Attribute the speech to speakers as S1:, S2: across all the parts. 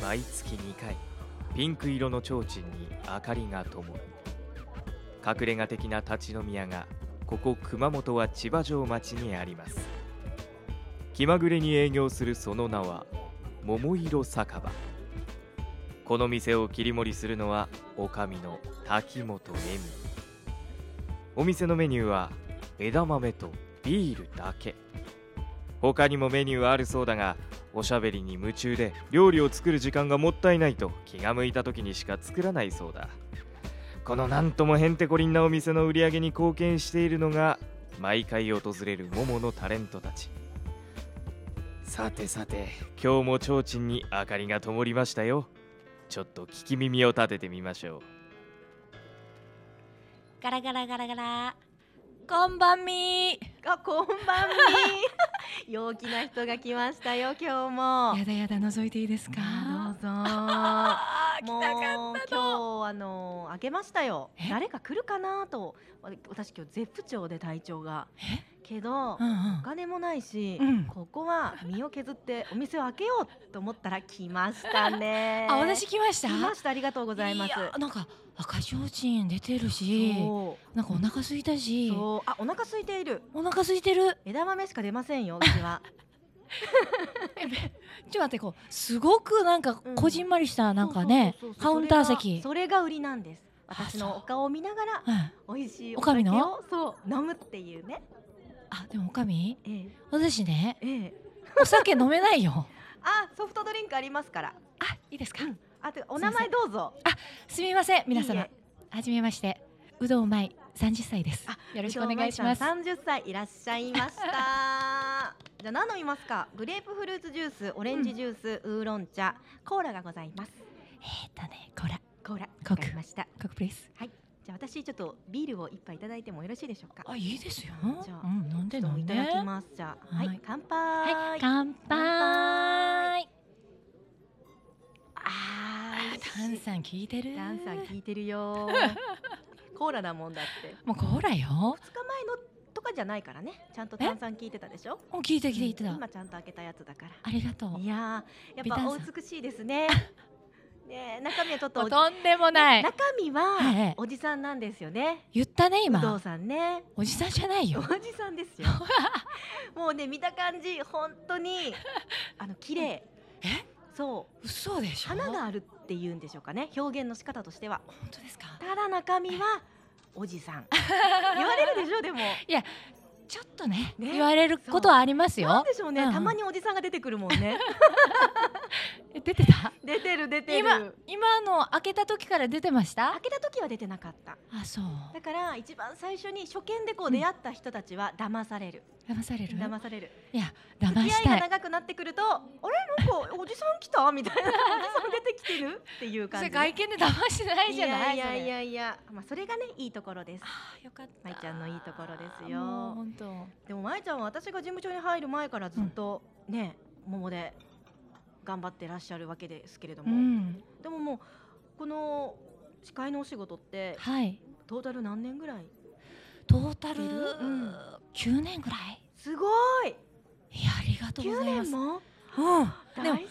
S1: 毎月2回ピンク色の提灯に明かりが灯る隠れ家的な立ち飲み屋がここ熊本は千葉城町にあります気まぐれに営業するその名は桃色酒場この店を切り盛りするのは女将の滝本恵美お店のメニューは枝豆とビールだけ他にもメニューはあるそうだがおしゃべりに夢中で料理を作る時間がもったいないと気が向いた時にしか作らないそうだこのなんともへんてこりんなお店の売り上げに貢献しているのが毎回訪れるモモのタレントたちさてさて今日も提灯に明かりが灯りましたよちょっと聞き耳を立ててみましょう
S2: ガラガラガラガラ。こんばんみ
S3: あ、こんばん み。陽気な人が来ましたよ、今日
S4: やだやだ覗いていいですか。
S3: も。どうぞ。もう今日あの明けましたよ
S4: え。
S3: 誰か来るかなと、わ私今日絶不調で体調が。けど
S4: う、んうん
S3: お。金もないし、
S4: うん
S3: ここは身を削ってお店を開けようと思ったら来ましたね
S4: 。あ私来ました。
S3: 来ました。ありがとうご
S4: ご
S3: ざいます。
S4: なんか赤ちょうちん出てるし、
S3: そう
S4: なんかお腹空いたし、
S3: そうあお腹空いている
S4: お腹空いてる。
S3: 枝豆しか出ませんようちは
S4: ちょっと待ってこうすごくなんか
S3: うん
S4: こじんまりしたなんかね
S3: そうそう
S4: カ
S3: そうそう
S4: ウンター
S3: それ
S4: 席
S3: が。それが売りなんです
S4: あ
S3: 私
S4: そう
S3: のお顔を見ながら
S4: うん。あ
S3: 美味しい
S4: おかみの
S3: お酒をそう飲むっていうね
S4: でもおかみ
S3: ええ
S4: 私ね
S3: ええ
S4: お酒飲めないよ。
S3: あソフトドリンクありますから
S4: あいいですか。
S3: あてお名前どうぞ
S4: すみません皆様
S3: いい。
S4: はじめましてうどんまい三十歳です
S3: あ。
S4: よろしくお願いします。
S3: 三十歳いらっしゃいました じゃあ何飲みますかグレープフルーツジュースオレンジジュース、ウーロン茶コーラがございます
S4: えっとねこら
S3: コーラ
S4: コ
S3: わ
S4: ク
S3: かりました
S4: 各プレス。
S3: じゃあ私ちょっとビールを一杯いただいてもよろしいでしょうか
S4: あいいですよ。
S3: じゃあ
S4: うん飲んで
S3: ちょ
S4: 飲
S3: っとい
S4: んで。
S3: ただきますじゃあはい、
S4: はい
S3: 乾
S4: はい
S3: 杯、
S4: 乾杯。
S3: あ
S4: あ
S3: ー
S4: 炭酸効いてる。
S3: ダンサー聞いてる よコーラだもんだって
S4: もうコーラよ。
S3: 2日前のとかじゃないからねちゃんと炭酸聞いてたでしょ
S4: もう聞いて聞いて聞いてた。
S3: 今ちゃんと開けたやつだから
S4: ありがとう
S3: い。やー
S4: 微
S3: やっぱ
S4: 炭
S3: お
S4: 酸
S3: 美しいで すねねえ中身はちょっとお
S4: もうとんでもない。
S3: 中身
S4: はいは
S3: はいおじさんなんですよね
S4: 言ったね
S3: 武藤
S4: 今。
S3: さんね
S4: おじさんじゃない
S3: お
S4: よ。
S3: じさんですよ もうね見た感じ本当にあの綺麗
S4: え
S3: そう
S4: 嘘でしょ。
S3: 花が
S4: 本
S3: あるっていうんでしょうかね表現の仕方としては
S4: 当ですか。
S3: ただ中身はおじさん 言われるでしょでも
S4: ちょっとね
S3: ね
S4: 言われることはあります
S3: なん
S4: よ。
S3: でしょうね、
S4: うんうん
S3: たまにおじさんが出てくるもんね
S4: え出てた。
S3: 出てる出てる
S4: 今今の開けた時から出てました
S3: 開。けた時は出てなかった
S4: あそう。
S3: だから一番最初に初見でこ
S4: う
S3: うん出会った人たちは騙される、
S4: 騙される。
S3: 騙される
S4: 騙
S3: 付き合
S4: し
S3: い
S4: た
S3: が
S4: い。
S3: 長くなってくるとあれなんかおじさん来たみたいなお じさん出てきてるっていう
S4: そ
S3: 感
S4: れ
S3: じ
S4: 外見で騙してないじゃない。
S3: やいやい
S4: それ。
S3: やいやまあそれがねいいところです
S4: あーよかった。
S3: 舞ちゃんのいいところですよ
S4: もう本当。
S3: でも舞ちゃんは私が事務所に入る前からずっとね、桃で頑張ってらっしゃるわけですけれど
S4: う
S3: も、
S4: ん。
S3: でももうこの司会のお仕事って
S4: はい。
S3: トータル何年ぐらい
S4: トータル
S3: いるうん
S4: 九年ぐらい。
S3: すごい
S4: いやありがとうご
S3: 9
S4: ざいま
S3: 年
S4: す。
S3: も
S4: うん。
S3: 大
S4: でも
S3: 先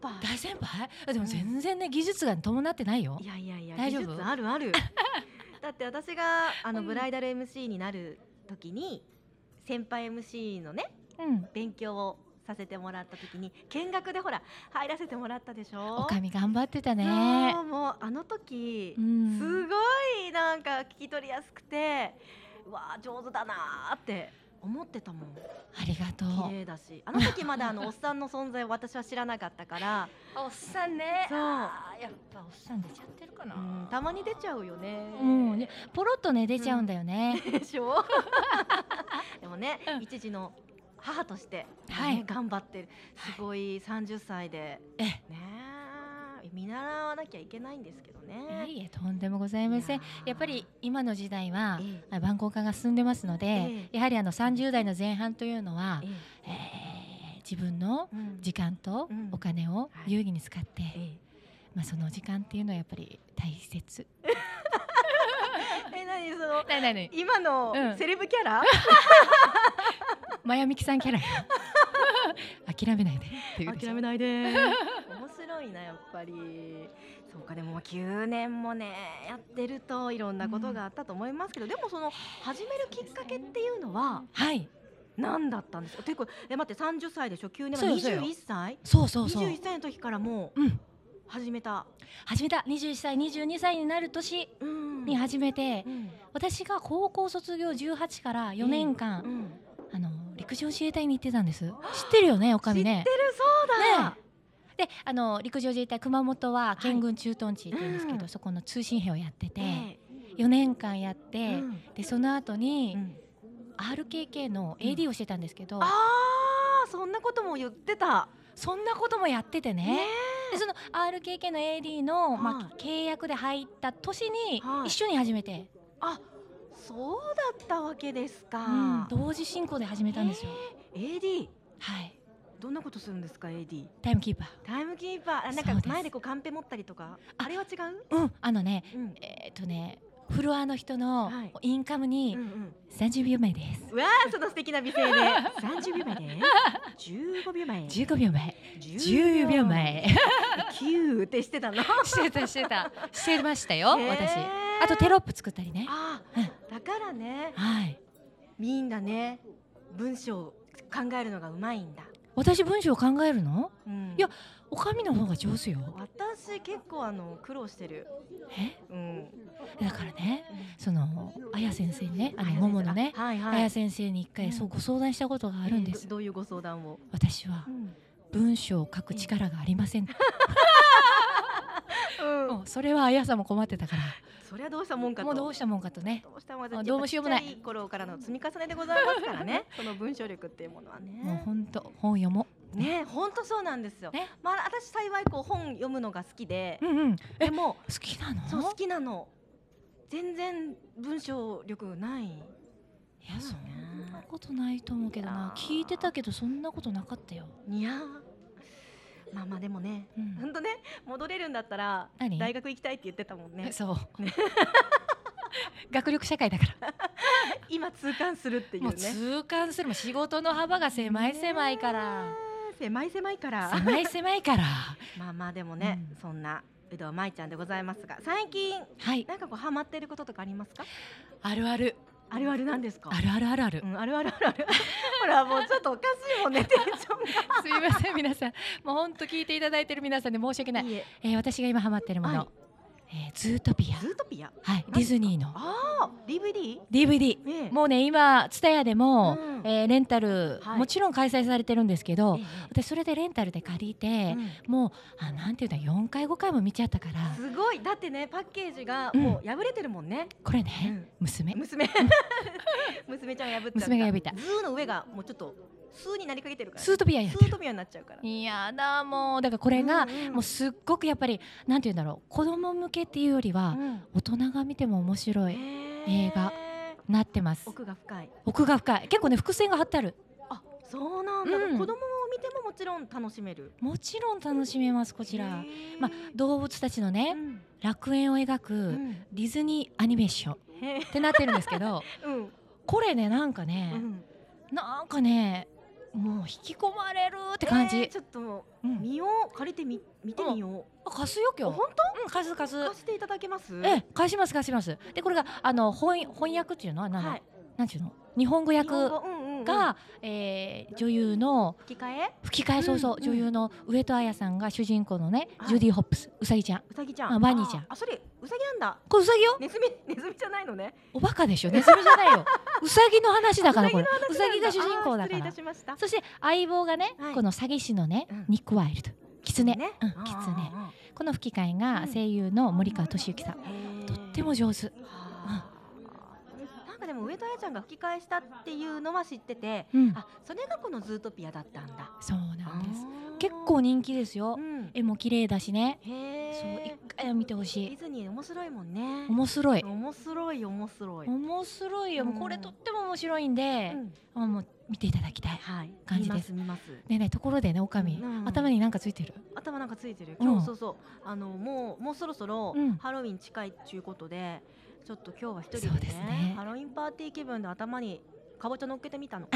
S3: 輩
S4: 大先輩あでも全然ね、技術が伴ってないよ
S3: いやいやいや
S4: 大丈夫
S3: 技術ある あるだって私があの
S4: うん
S3: ブライダル MC になる時に先輩 MC のね
S4: うん
S3: 勉強をさせてもらった時に見学でほら入らせてもらったでしょ
S4: おかみ頑張ってたね
S3: そうもうあの時
S4: うん
S3: すごいなんか聞き取りやすくてうわあ上手だなーって思ってたもん
S4: ありがとう
S3: 綺麗だしあの時まだあのおっさんの存在を私は知らなかっ たから
S4: おっさんね
S3: そう
S4: あーやっぱおっさん出ちゃってるかな
S3: うんたまに出ちゃうよね
S4: うんねポロッとね出ちゃうんだよね、
S3: で しょでもね、
S4: うん
S3: 一時の母として、ね
S4: はい
S3: 頑張ってるすごい30歳で、
S4: え
S3: ねえ見習わなきゃいけないんですけどね。
S4: いえいえとんでもございませんやっぱり今の時代は
S3: ええ
S4: あ晩婚化が進んでますので、
S3: え
S4: やはりあの30代の前半というのは
S3: え、
S4: えー自分の
S3: えうん
S4: 時間と
S3: うん
S4: お金を有意義に使って、
S3: え
S4: まあ、その時間っていうのはやっぱり大切
S3: ええ何その
S4: なになに
S3: 今の
S4: うん
S3: セレブキャラ、
S4: まやみきさんキャラや 諦めないでっていう
S3: 諦めないで 面白いなやっぱりそうかでもまあ9年もねやってるといろんなことがあったと思いますけど、でもその始めるきっかけっていうのは
S4: はい
S3: 何だったんですかていうかえ待って30歳でしょ9年
S4: そう
S3: 前
S4: よそうよ
S3: 21歳
S4: そうそうそう
S3: 21歳の時からもう
S4: うん
S3: 始めた、
S4: 始めた21歳22歳になる年
S3: うん
S4: に始めて、
S3: うん
S4: 私が高校卒業18から4年間、
S3: うん
S4: あの陸上自衛隊に行ってたんです知ってるよねおかみね
S3: 知ってるそうだ、
S4: ねであの陸上自衛隊熊本は県軍駐屯地って言うんですけど、
S3: うん
S4: そこの通信兵をやってて、
S3: ね
S4: 4年間やって、
S3: うん
S4: でその後に、
S3: うん
S4: RKK の
S3: うん
S4: AD をしてたんですけど、
S3: ああそんなことも言ってた
S4: そんなこともやっててね
S3: ね
S4: でその RKK の AD の、
S3: は
S4: まあ、契約で入った年に
S3: はい
S4: 一緒に始めて、
S3: あそうだったわけですか、
S4: うん同時進行で始めたんですよ、
S3: AD
S4: はい
S3: どんなことするんですか AD
S4: タイムキーパ
S3: タイムキーパーあなん
S4: そう
S3: か
S4: です
S3: 前でこうカンペ持ったりとかあ
S4: あ
S3: れは違う、
S4: ーうんあのね
S3: うん
S4: えっ、とねフロアの人の
S3: はい
S4: インカム
S3: う
S4: に
S3: んうん、
S4: 30秒前です、
S3: うわーその素敵 な美声で30秒前ね15秒前
S4: 15秒前
S3: 10
S4: 10秒前
S3: キューってしてた の、
S4: してたしてたしてましたよ、
S3: へー
S4: 私あとテロップ作ったりね
S3: あだからね
S4: はい
S3: みんなね文章を考えるのがうまいんだ、
S4: 私文章考えるの
S3: うん、
S4: いやおかみの方が上手よ
S3: 私結構あの苦労してる、
S4: え
S3: うん、
S4: だからねそのあや先生にねあのもものね
S3: はい
S4: あ
S3: はい
S4: や先生に一
S3: う
S4: 回
S3: ん
S4: そうご相談したことがあるんで
S3: えー
S4: す
S3: どどういうご相談を、
S4: 私は
S3: うん
S4: 文章を書く力がありません
S3: うん、
S4: もうそれはあやさんも困ってたから
S3: そりゃどうしたもんかと
S4: もうどうしたもんかとね
S3: どうしたもん
S4: も
S3: か
S4: うどうもしようもない
S3: ちっちゃい頃からの積み重ねでございますか らねその文章力っていうものは
S4: もう
S3: ね
S4: ほんと本読もう
S3: ねえ本当そうなんですよ、
S4: ね
S3: まあ私幸いこう本読むのが好きで
S4: うんうんえ
S3: でも
S4: 好きなの
S3: そう好きなの全然文章力ない
S4: いやそんなことないと思うけどない
S3: やー
S4: 聞いてたけどそんなことなかったよ、
S3: にゃーまあまあでもね
S4: うん
S3: 本当ね戻れるんだったら
S4: 何
S3: 大学行きたいって言ってたもんね
S4: そう、
S3: ね
S4: 学力社会だから、
S3: 今痛感するっていう
S4: も
S3: ね
S4: う痛感するもう仕事の幅が狭い狭いから
S3: ねえ狭い狭いから
S4: 狭い狭い から
S3: まあまあでもね、
S4: うん
S3: そんな有働舞ちゃんでございますが最近
S4: はい
S3: なんかこうハマってることとかありますか
S4: あるある
S3: あるあるなんですか
S4: あるあるあるある
S3: う、ん、あるあるあるあ るほらもうちょっとおかしいもんねテンショ
S4: すいません皆さんもう本当聞いていただいてる皆さんで申し訳 ない
S3: ンがいいえ
S4: えー私が今ハマってるもの、
S3: はい
S4: えーズートピ
S3: ズートピア
S4: アはいディズニーの
S3: ああ DVD?
S4: DVD
S3: ねえ
S4: もうね今ツタヤでも、
S3: うん
S4: えーレンタル、
S3: はい
S4: もちろん開催されてるんですけど、
S3: え
S4: 私それでレンタルで借り
S3: え
S4: て、もうあなんていうんだ4回5回も見ちゃったか
S3: う
S4: ら
S3: んすごいだってねパッケージがもう破れてるもんね、
S4: これ
S3: う
S4: ね、
S3: ん
S4: 娘
S3: 娘 娘ちゃんが破っちゃった
S4: 娘が破った
S3: ズーの上がもうちょっとスーになりかけてるから
S4: スートピアにな
S3: ス
S4: って
S3: ー
S4: る
S3: トピアになっちゃうから
S4: いやだもうだからこれが、
S3: んん
S4: もうすっごくやっぱりなんていうんだろう子供向けっていうよりは、
S3: うん
S4: 大人が見ても面白い、
S3: へー
S4: 映画なってます
S3: 奥が深い
S4: 奥が深い結構ね伏線が張ってある
S3: あそうなんだ、
S4: うん
S3: 子供を見てももちろん楽しめる
S4: もちろん楽しめますこちら
S3: へー
S4: まあ動物たちのね、
S3: うん
S4: 楽園を描く、
S3: うん
S4: ディズニーアニメーションっ
S3: へー
S4: てなってるんですけ ど
S3: うん
S4: これねなんかね、
S3: うん
S4: なんかねもう引き込まれるって感じ、
S3: えーちょっと
S4: うん
S3: 見よう借りてみ見てみよ
S4: あ貸すよ
S3: う
S4: 今
S3: あ
S4: 日
S3: 本
S4: うん貸す貸す
S3: 当貸していただけます
S4: ええ貸します貸しますでこれがあの翻翻訳っていうのは何、
S3: はい
S4: なんていうの日本語訳
S3: 日本語
S4: が、
S3: うんうんうん
S4: えー女優の
S3: 吹き替え
S4: 吹き替えそうそう、
S3: うんうん
S4: 女優の上戸彩さんが主人公のね、
S3: はい
S4: ジュディ・ホップスうさぎちゃん
S3: うさぎちゃん
S4: あワニちゃん
S3: ああそれうさぎなんだ
S4: これうさぎよ
S3: ネズミ ネズミじゃないのね
S4: おバカで しょネズミじゃないようさぎの話だからこれう
S3: う
S4: さぎが主人公だか
S3: 失礼い
S4: ら
S3: たしました
S4: そして相棒がね、
S3: はい
S4: この詐欺師のね、
S3: うん
S4: ニック・ワイルドキツネ、
S3: ね
S4: うん、
S3: あー
S4: キツネ
S3: あ
S4: この吹き替えが声優の森川俊之さん、
S3: ーあーへー
S4: とっても上手、
S3: はあなんかでも上戸彩ちゃんが吹き返したっていうのは知ってて、
S4: うん、
S3: あそれがこのズートピアだったんだ。
S4: そうなんです
S3: あー
S4: 結構、人気ですよ、
S3: うん、へ
S4: 絵も綺麗だしね
S3: え。
S4: そう一回は見てほし
S3: ディ
S4: い
S3: ズニー面白いもんね。
S4: 面白い
S3: 面白い面白い。
S4: 面白いよ、もうこれとっても面白いんで
S3: う、ん
S4: あもう見ていただきたい
S3: はい。
S4: 感じです
S3: 見ます見ます。
S4: ねえねえところでねおかみ、
S3: うん
S4: 頭になんかついてる
S3: 頭なんかついてる。
S4: うん
S3: 今日そうそうあのもうもうそろそろ
S4: うん
S3: ハロウィン近いっていうことで、ちょっと今日は一人で
S4: そう
S3: ね
S4: ですね
S3: ハロウィンパーティー気分で頭にかぼちゃ乗っけてみたの。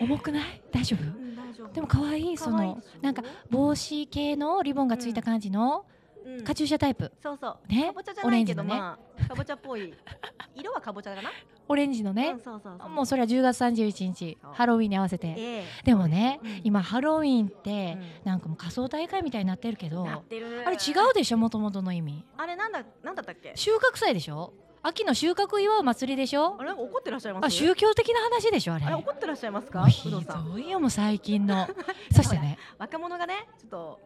S4: 重くない大丈夫
S3: うん大大丈夫
S4: でも可愛いそ
S3: 可愛い
S4: の
S3: でしょ
S4: なんか帽子系のリボンがついた感じの
S3: うん
S4: カチューシャタイプ
S3: そうそう
S4: ね
S3: かぼちゃじゃ
S4: オ
S3: な
S4: レ
S3: い
S4: ン
S3: け
S4: ジ
S3: ど
S4: のね
S3: まあかぼちゃっぽい 色はかぼちゃかな
S4: オレンジのね
S3: うんそうそうそう
S4: もうそれは10月31日
S3: そう
S4: ハロウィンに合わせて
S3: ええ
S4: でもね
S3: うん
S4: 今ハロウィンって
S3: う
S4: なんかもう仮装大会みたいになってるけ
S3: ん
S4: ど
S3: なってる
S4: あれ違うでしょもともとの意味
S3: あれなんだなんだったっけ
S4: 収穫祭でしょ秋の収穫祝う祭りでしょ
S3: あれ怒ってらっしゃいます
S4: あ宗教的な話でしょあれ
S3: あれ怒ってらっしゃいます
S4: も
S3: か
S4: う
S3: 有
S4: ひ
S3: 働さん
S4: どいよもう最近 のそしてね
S3: 若者がねちょっと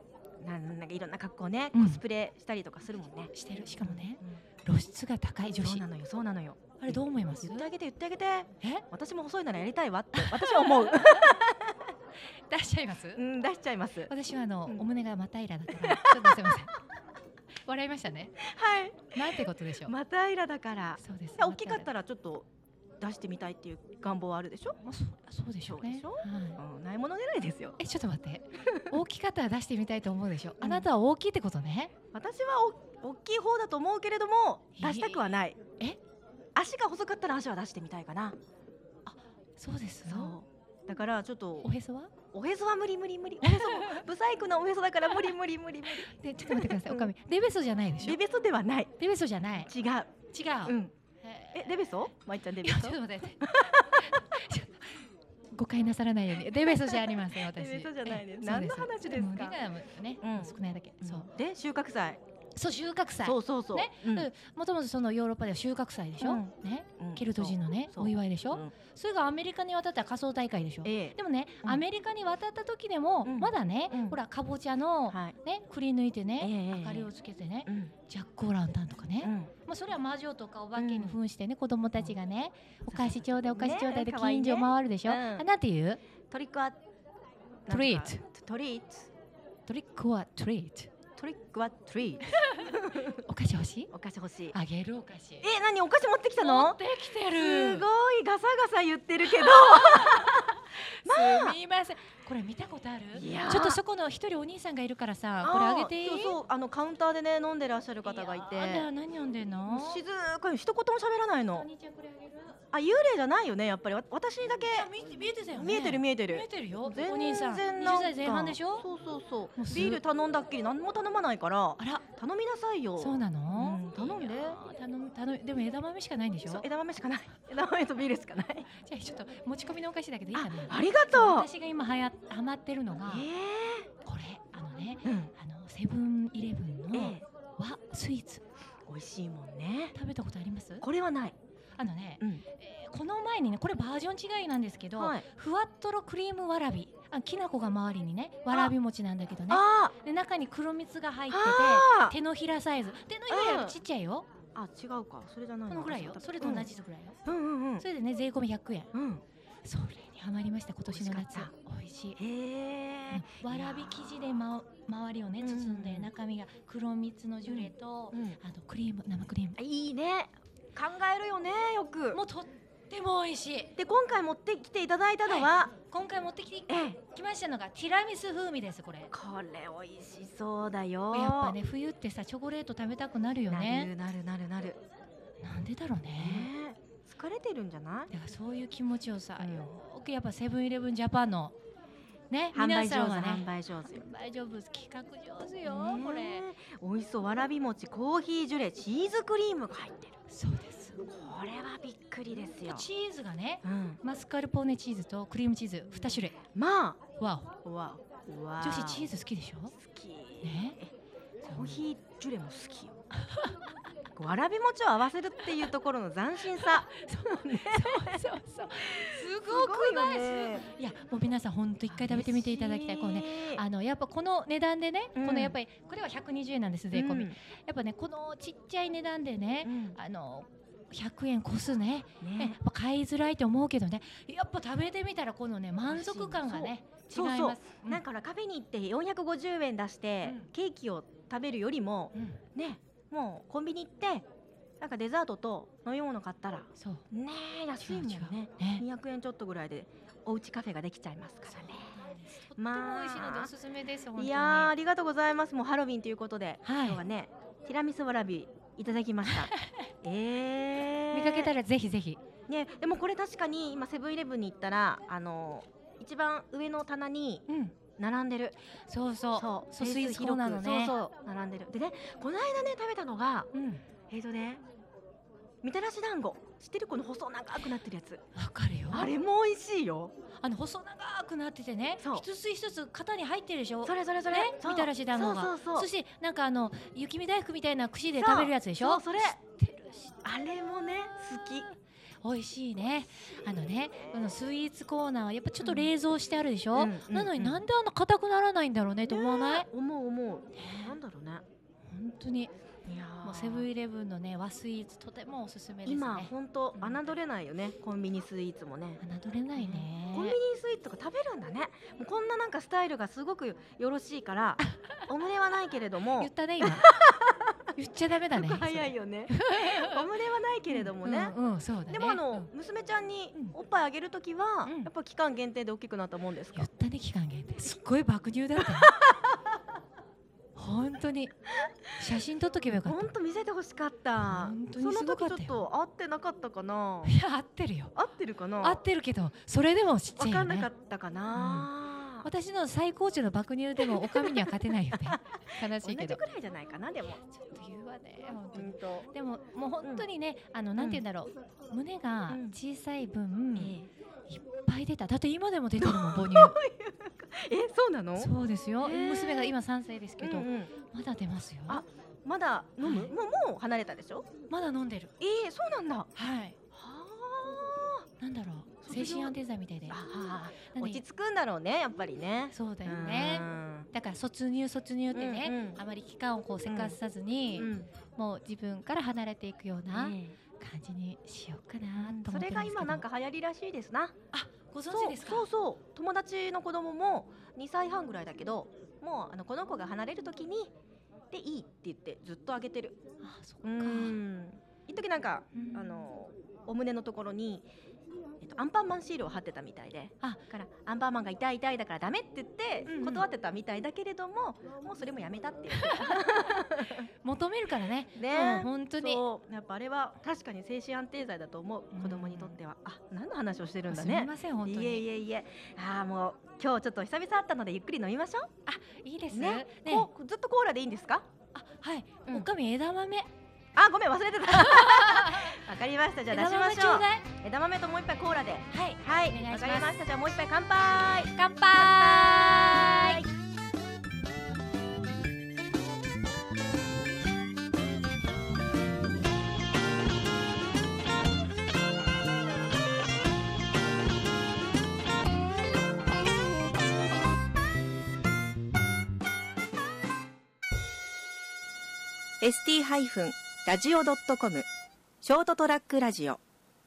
S3: なんなんかいろんな格好をね
S4: うん
S3: コスプレしたりとかするもんね、
S4: してるしかもね
S3: う
S4: 露
S3: ん
S4: 出が高い女
S3: そう
S4: 子
S3: なのよそうなのよ
S4: あれどう思います
S3: 言ってあげて言ってあげて
S4: え
S3: 私も細いならやりたいわ って私は思う、
S4: 出しちゃいます
S3: うん、出しちゃいますはい
S4: 私はあの、
S3: うん
S4: お胸がまたいらだ からちょっとすいません笑いましたねなんてことでしょう、
S3: またイラだから
S4: そうです
S3: 大きかった
S4: ら
S3: らちょっと出してみたいっていう願望はあるでしょ、
S4: そうでしょうね
S3: そうでしょ
S4: はい
S3: うん、ないもの狙いですよ
S4: えちょっと待って 大きかったら出してみたいと思うでしょあなたは大きいってことね
S3: 私はお大きい方だと思うけれども
S4: えー
S3: 出したくはない
S4: え
S3: 足が細かったら足は出してみたいかな
S4: そうです
S3: そうだからちょっと
S4: おへそは
S3: おへそは無理無理無理おへそ不細工なおへそだから無理無理無理無理
S4: でちょっと待ってくださいおかみ デベソじゃないでしょ
S3: レベソではない
S4: デベソじゃない
S3: 違う
S4: 違
S3: う
S4: う、
S3: んえレベソまいちゃんレ
S4: い
S3: ベ
S4: や
S3: ソ
S4: ちょっと待って ちょっと誤解なさらないようにデベソじゃありません私
S3: デベソじゃないです
S4: え
S3: 何の話ですか
S4: もう理解はね、
S3: うん
S4: 少ないだけ、
S3: そ
S4: そう
S3: うで収穫祭
S4: そう収穫祭
S3: そうそうそう
S4: ね
S3: うん
S4: うんもともとそのヨーロッパでは収穫祭でしょ、
S3: うん
S4: ね、
S3: うん
S4: ケルト人のね
S3: そう
S4: お祝いでしょ、
S3: うん
S4: それがアメリカに渡ったら仮想大会でしょ
S3: ええ
S4: でもね、
S3: うん
S4: アメリカに渡った時でも、
S3: うん
S4: まだね、
S3: うん
S4: ほらかぼちゃの、
S3: はい
S4: ねくり抜いてね、
S3: ええ
S4: 明かりをつけてね、
S3: うん
S4: ジャック・オーランタンとかね、
S3: うん
S4: まあ、それは魔女とかお化けに扮してね、子供たちがね、お菓子ちょうだいお菓子ちょうだいで
S3: ね可愛い
S4: 近
S3: ね
S4: 所回るでしょ、
S3: うん
S4: あなんていう
S3: トリックは
S4: トリー
S3: トトリート
S4: トリック・オア・トリー
S3: トリックはトリート
S4: トお菓子欲しい
S3: お菓子欲しい
S4: あげるお菓子
S3: え何お菓子持ってきた
S4: 持っ
S3: の
S4: てきて
S3: す
S4: る
S3: ごいガサガサ言ってるけど
S4: すみませんこれ見たことある
S3: いやー
S4: ちょっとそこの一人お兄さんがいるからさこれあげていい
S3: そうそうあのカウンターでね飲んでらっしゃる方がいて
S4: やー何読んでんの
S3: 静かに一言も喋らない
S4: お
S3: の
S4: 兄ちゃんこれあげる
S3: あ幽霊じゃないよねやっぱりわ私にだけ
S4: 見見えてたよね
S3: 見えてる見えて
S4: 見
S3: る
S4: えてるよ
S3: 全
S4: お兄さん
S3: 然
S4: 20
S3: なんか
S4: 代前半でしょ
S3: そうそうそう
S4: うす
S3: ビール頼んだっきり何も頼まないから
S4: あら
S3: 頼みなさいよ
S4: そうなの
S3: うん頼んで
S4: いやー頼む頼むでも枝豆しかないんでしょ
S3: そう枝豆しかない 枝豆とビールしかない
S4: じゃあちょっと持ち込みのお菓子だけでいいかな
S3: ありがとう
S4: 私が今はやハマってるのが
S3: え
S4: これあのね
S3: えうん
S4: あのセブンイレブンの
S3: ええ
S4: 和スイーツ
S3: 美味しいもんね
S4: 食べたことあります
S3: これはない
S4: あのね
S3: うん
S4: えーこの前にねこれバージョン違いなんですけど
S3: はい
S4: ふわっとろクリームわらびあきな粉が周りにねわらび餅なんだけどね
S3: あ
S4: で中に黒蜜が入って
S3: あ
S4: て手のひらサイズ手のひらよりちっちゃいよ、
S3: ああ違うかそれじゃない
S4: こ
S3: な
S4: のぐらいよそれと同じぐらいよ、
S3: うんうんうんうん
S4: それでね税込み100円
S3: うん
S4: それにはまりました今年の
S3: 美味
S4: 夏
S3: しかっ
S4: 美味しい、
S3: へえ
S4: うんわらび生地で、ま、周りをね
S3: うん
S4: 包んで中身が黒蜜のジュレと、
S3: うん
S4: あとクリーム生クリーム
S3: いいね考えるよねよく
S4: もうとっても美味しい
S3: で今回持ってきていただいたのは、
S4: 今回持ってきて
S3: ええ
S4: きましたのがティラミス風味ですこれや
S3: これ美味しそうだよ
S4: っぱね冬ってさチョコレート食べたくなるよ
S3: な
S4: ね
S3: るなるなるなる、
S4: なんでだろうね、
S3: ねえ疲れてるんじゃない
S4: だからそういう気持ちをさ、
S3: うん
S4: よーくやっぱセブンイレブンジャパンのね
S3: 販
S4: 皆
S3: 売上
S4: さん
S3: 手、
S4: は
S3: 販
S4: ね
S3: 売上手よ
S4: 販売上手企画上手
S3: ね
S4: よ、
S3: え
S4: これ
S3: 美味しそうわらび餅コーヒージュレチーズクリームが入ってる
S4: そうです
S3: これはびっくりですよ、
S4: チーズがね
S3: うん、
S4: マスカルポーネチーズとクリームチーズ2種類
S3: ま
S4: わ
S3: あわわ
S4: お女子チー
S3: ズ
S4: ズ好きでしょ
S3: 好き
S4: ね
S3: コーヒージュレも好きよ わらび餅を合わせるっていうところの斬新さ
S4: そうそうそうすごくないいやもう皆さん本当一回食べてみていただきたいこうねあのやっぱこの値段でね、
S3: うん
S4: このやっぱりこれは120円なんです税込み、やっぱねこのちっちゃい値段でね、
S3: うん
S4: あの100円越すね
S3: うん
S4: ね
S3: ね、
S4: まあ買いづらいと思うけどねやっぱ食べてみたらこのね満足感がね違い
S3: そう
S4: ます
S3: そう
S4: うん
S3: なんかほらカフェに行って450円出して、
S4: うん
S3: ケーキを食べるよりも
S4: うん
S3: ねもうコンビニ行ってなんかデザートと飲み物買ったら
S4: そう
S3: ねえ安いもん
S4: 違う
S3: ね
S4: ね
S3: 200円ちょっとぐらいでおうちカフェができちゃいますからね
S4: とっても美味しいのでおすすめです、本当
S3: い
S4: に
S3: やーありがとうございますもうハロウィンということで、
S4: はい
S3: 今日はねティラミスわらびいただきました えー、
S4: 見かけたらぜひぜひ
S3: ねでもこれ確かに今セブンイレブンに行ったらあの一番上の棚に
S4: うん、
S3: 並んでる
S4: そうそう。
S3: そう
S4: そうスイ
S3: ペ
S4: ー
S3: ー
S4: ツ
S3: ス広
S4: そう
S3: く
S4: なのね
S3: そうそう並んでるでねこの間ね食べたのが
S4: うん、
S3: えっ、とねみたらし団子知ってるこの細長くなってるやつ
S4: わかるよ。
S3: あれも美味しいよ
S4: あの細長くなっててね
S3: そう、
S4: 一つ一つ型に入ってるでしょ。
S3: それそれそれ、
S4: ね
S3: そう
S4: みたらし団子が
S3: そうそうそ
S4: そうしてなんかあの雪見大福みたいな串で
S3: そう
S4: 食べるやつでしょ。
S3: そうそれ
S4: 知ってるし。
S3: あれもね好き
S4: 美味しいね。あのね、このスイーツコーナーはやっぱちょっと冷蔵してあるでしょ。
S3: うんうん
S4: なのにな
S3: うん
S4: であんな硬くならないんだろうねと思わない、
S3: 思う思うなんだろうね
S4: 本当に
S3: いやー
S4: もうセブンイレブンのね和スイーツとてもおすすめですね
S3: 今本当
S4: うん
S3: 侮れないよねコンビニスイーツもね
S4: 侮れないね
S3: コンビニスイーツとか食べるんだねもうこんななんかスタイルがすごくよろしいから お胸はないけれども
S4: 言ったね 今言っちゃダメだね
S3: すごく早いよ ねお胸はないけれどもね、
S4: うん、うんそうだね
S3: でもあの、
S4: うん
S3: 娘ちゃんに
S4: うん
S3: おっぱいあげるときは、
S4: うん
S3: やっぱ期間限定で大きくなったもんですか
S4: 言、ったね期間限定すっごい爆乳だった ね本当に写真撮っとけばよかっ
S3: ほんと見せてほしかっ
S4: ほ
S3: た
S4: んと
S3: その
S4: にすご
S3: 時
S4: かっ
S3: ち
S4: た
S3: ょ
S4: よ
S3: っと合ってなかったかな
S4: たいや合ってるよ
S3: 合ってるかな
S4: 合ってるけどそれでもちっちゃ
S3: 分
S4: い
S3: か
S4: よ
S3: んなかっ
S4: ね
S3: たかな、
S4: 私の最高値の爆乳でもおかみには勝てないよ ね悲し
S3: 同
S4: いけ
S3: じ
S4: ど
S3: くらいじゃないかなでも
S4: ちょっと言うわね本当
S3: う
S4: に
S3: んと、
S4: でももう本当にね、あのなんて言うんだろう、胸が小さい分、いっ
S3: え
S4: ぱい出ただって今でも出てる もん母乳
S3: ええそうなの
S4: そうですよ、
S3: へー
S4: 娘が今3歳ですけど、
S3: うんうん
S4: まだ出ますよ
S3: あまだ飲む、
S4: はい
S3: もうもう離れたでしょ
S4: まだ飲んでる
S3: ええそうなんだは
S4: はいなんだろう
S3: 卒業
S4: 精神安定剤みたいで
S3: ああ
S4: なんで
S3: 落ち着くんだろうねやっぱりね
S4: そうだよね
S3: うん
S4: だから卒乳卒乳ってね、
S3: うんうん
S4: あまり期間をこうせかさずに、
S3: うん
S4: もう自分から離れていくような
S3: え
S4: 感じにしようかな
S3: え
S4: と思
S3: そ
S4: って
S3: れ
S4: るん
S3: が
S4: ですけど
S3: 今なんか流行りらしいですな
S4: あご存
S3: そ
S4: 知
S3: う
S4: ですか
S3: そうそう友達の子供も2歳半ぐらいだけどもうあのこの子が離れるときにでいいって言ってずっとあげてる
S4: あそっか
S3: う、ん一時なんか
S4: うん
S3: あのお胸のところに、えっと、アンパンマンシールを貼ってたみたいで
S4: あ
S3: だからアンパンマンが痛い痛いだからダメって言って
S4: うんうん
S3: 断ってたみたいだけれども、もうそれもやめたって言
S4: 求めるからね
S3: ってね
S4: もう本当に
S3: そうやっぱあれは確かに精神安定剤だと思う
S4: うん
S3: 子供にとっては、あ何の話をしてるんだ
S4: すみ
S3: ね
S4: ません本当
S3: い
S4: に
S3: えいえいえああもう今日ちょっと久々会ったのでゆっくり飲みましょ
S4: いいです
S3: ね
S4: ね
S3: う、こうずっとコーラでいいんですか
S4: あはい、
S3: うん
S4: おかみ枝豆
S3: あごめん忘れて たわかりましたじゃあ出し
S4: 枝
S3: ま
S4: 豆
S3: し
S4: ちょ
S3: ょう
S4: うだい
S3: 枝豆ともう一杯コーラで
S4: はい
S3: はい
S4: お願いしま
S3: わ
S4: す
S3: かりましたじゃあもう一杯乾杯
S4: 乾杯
S5: イ ST-radio.com ショートトラックラジオ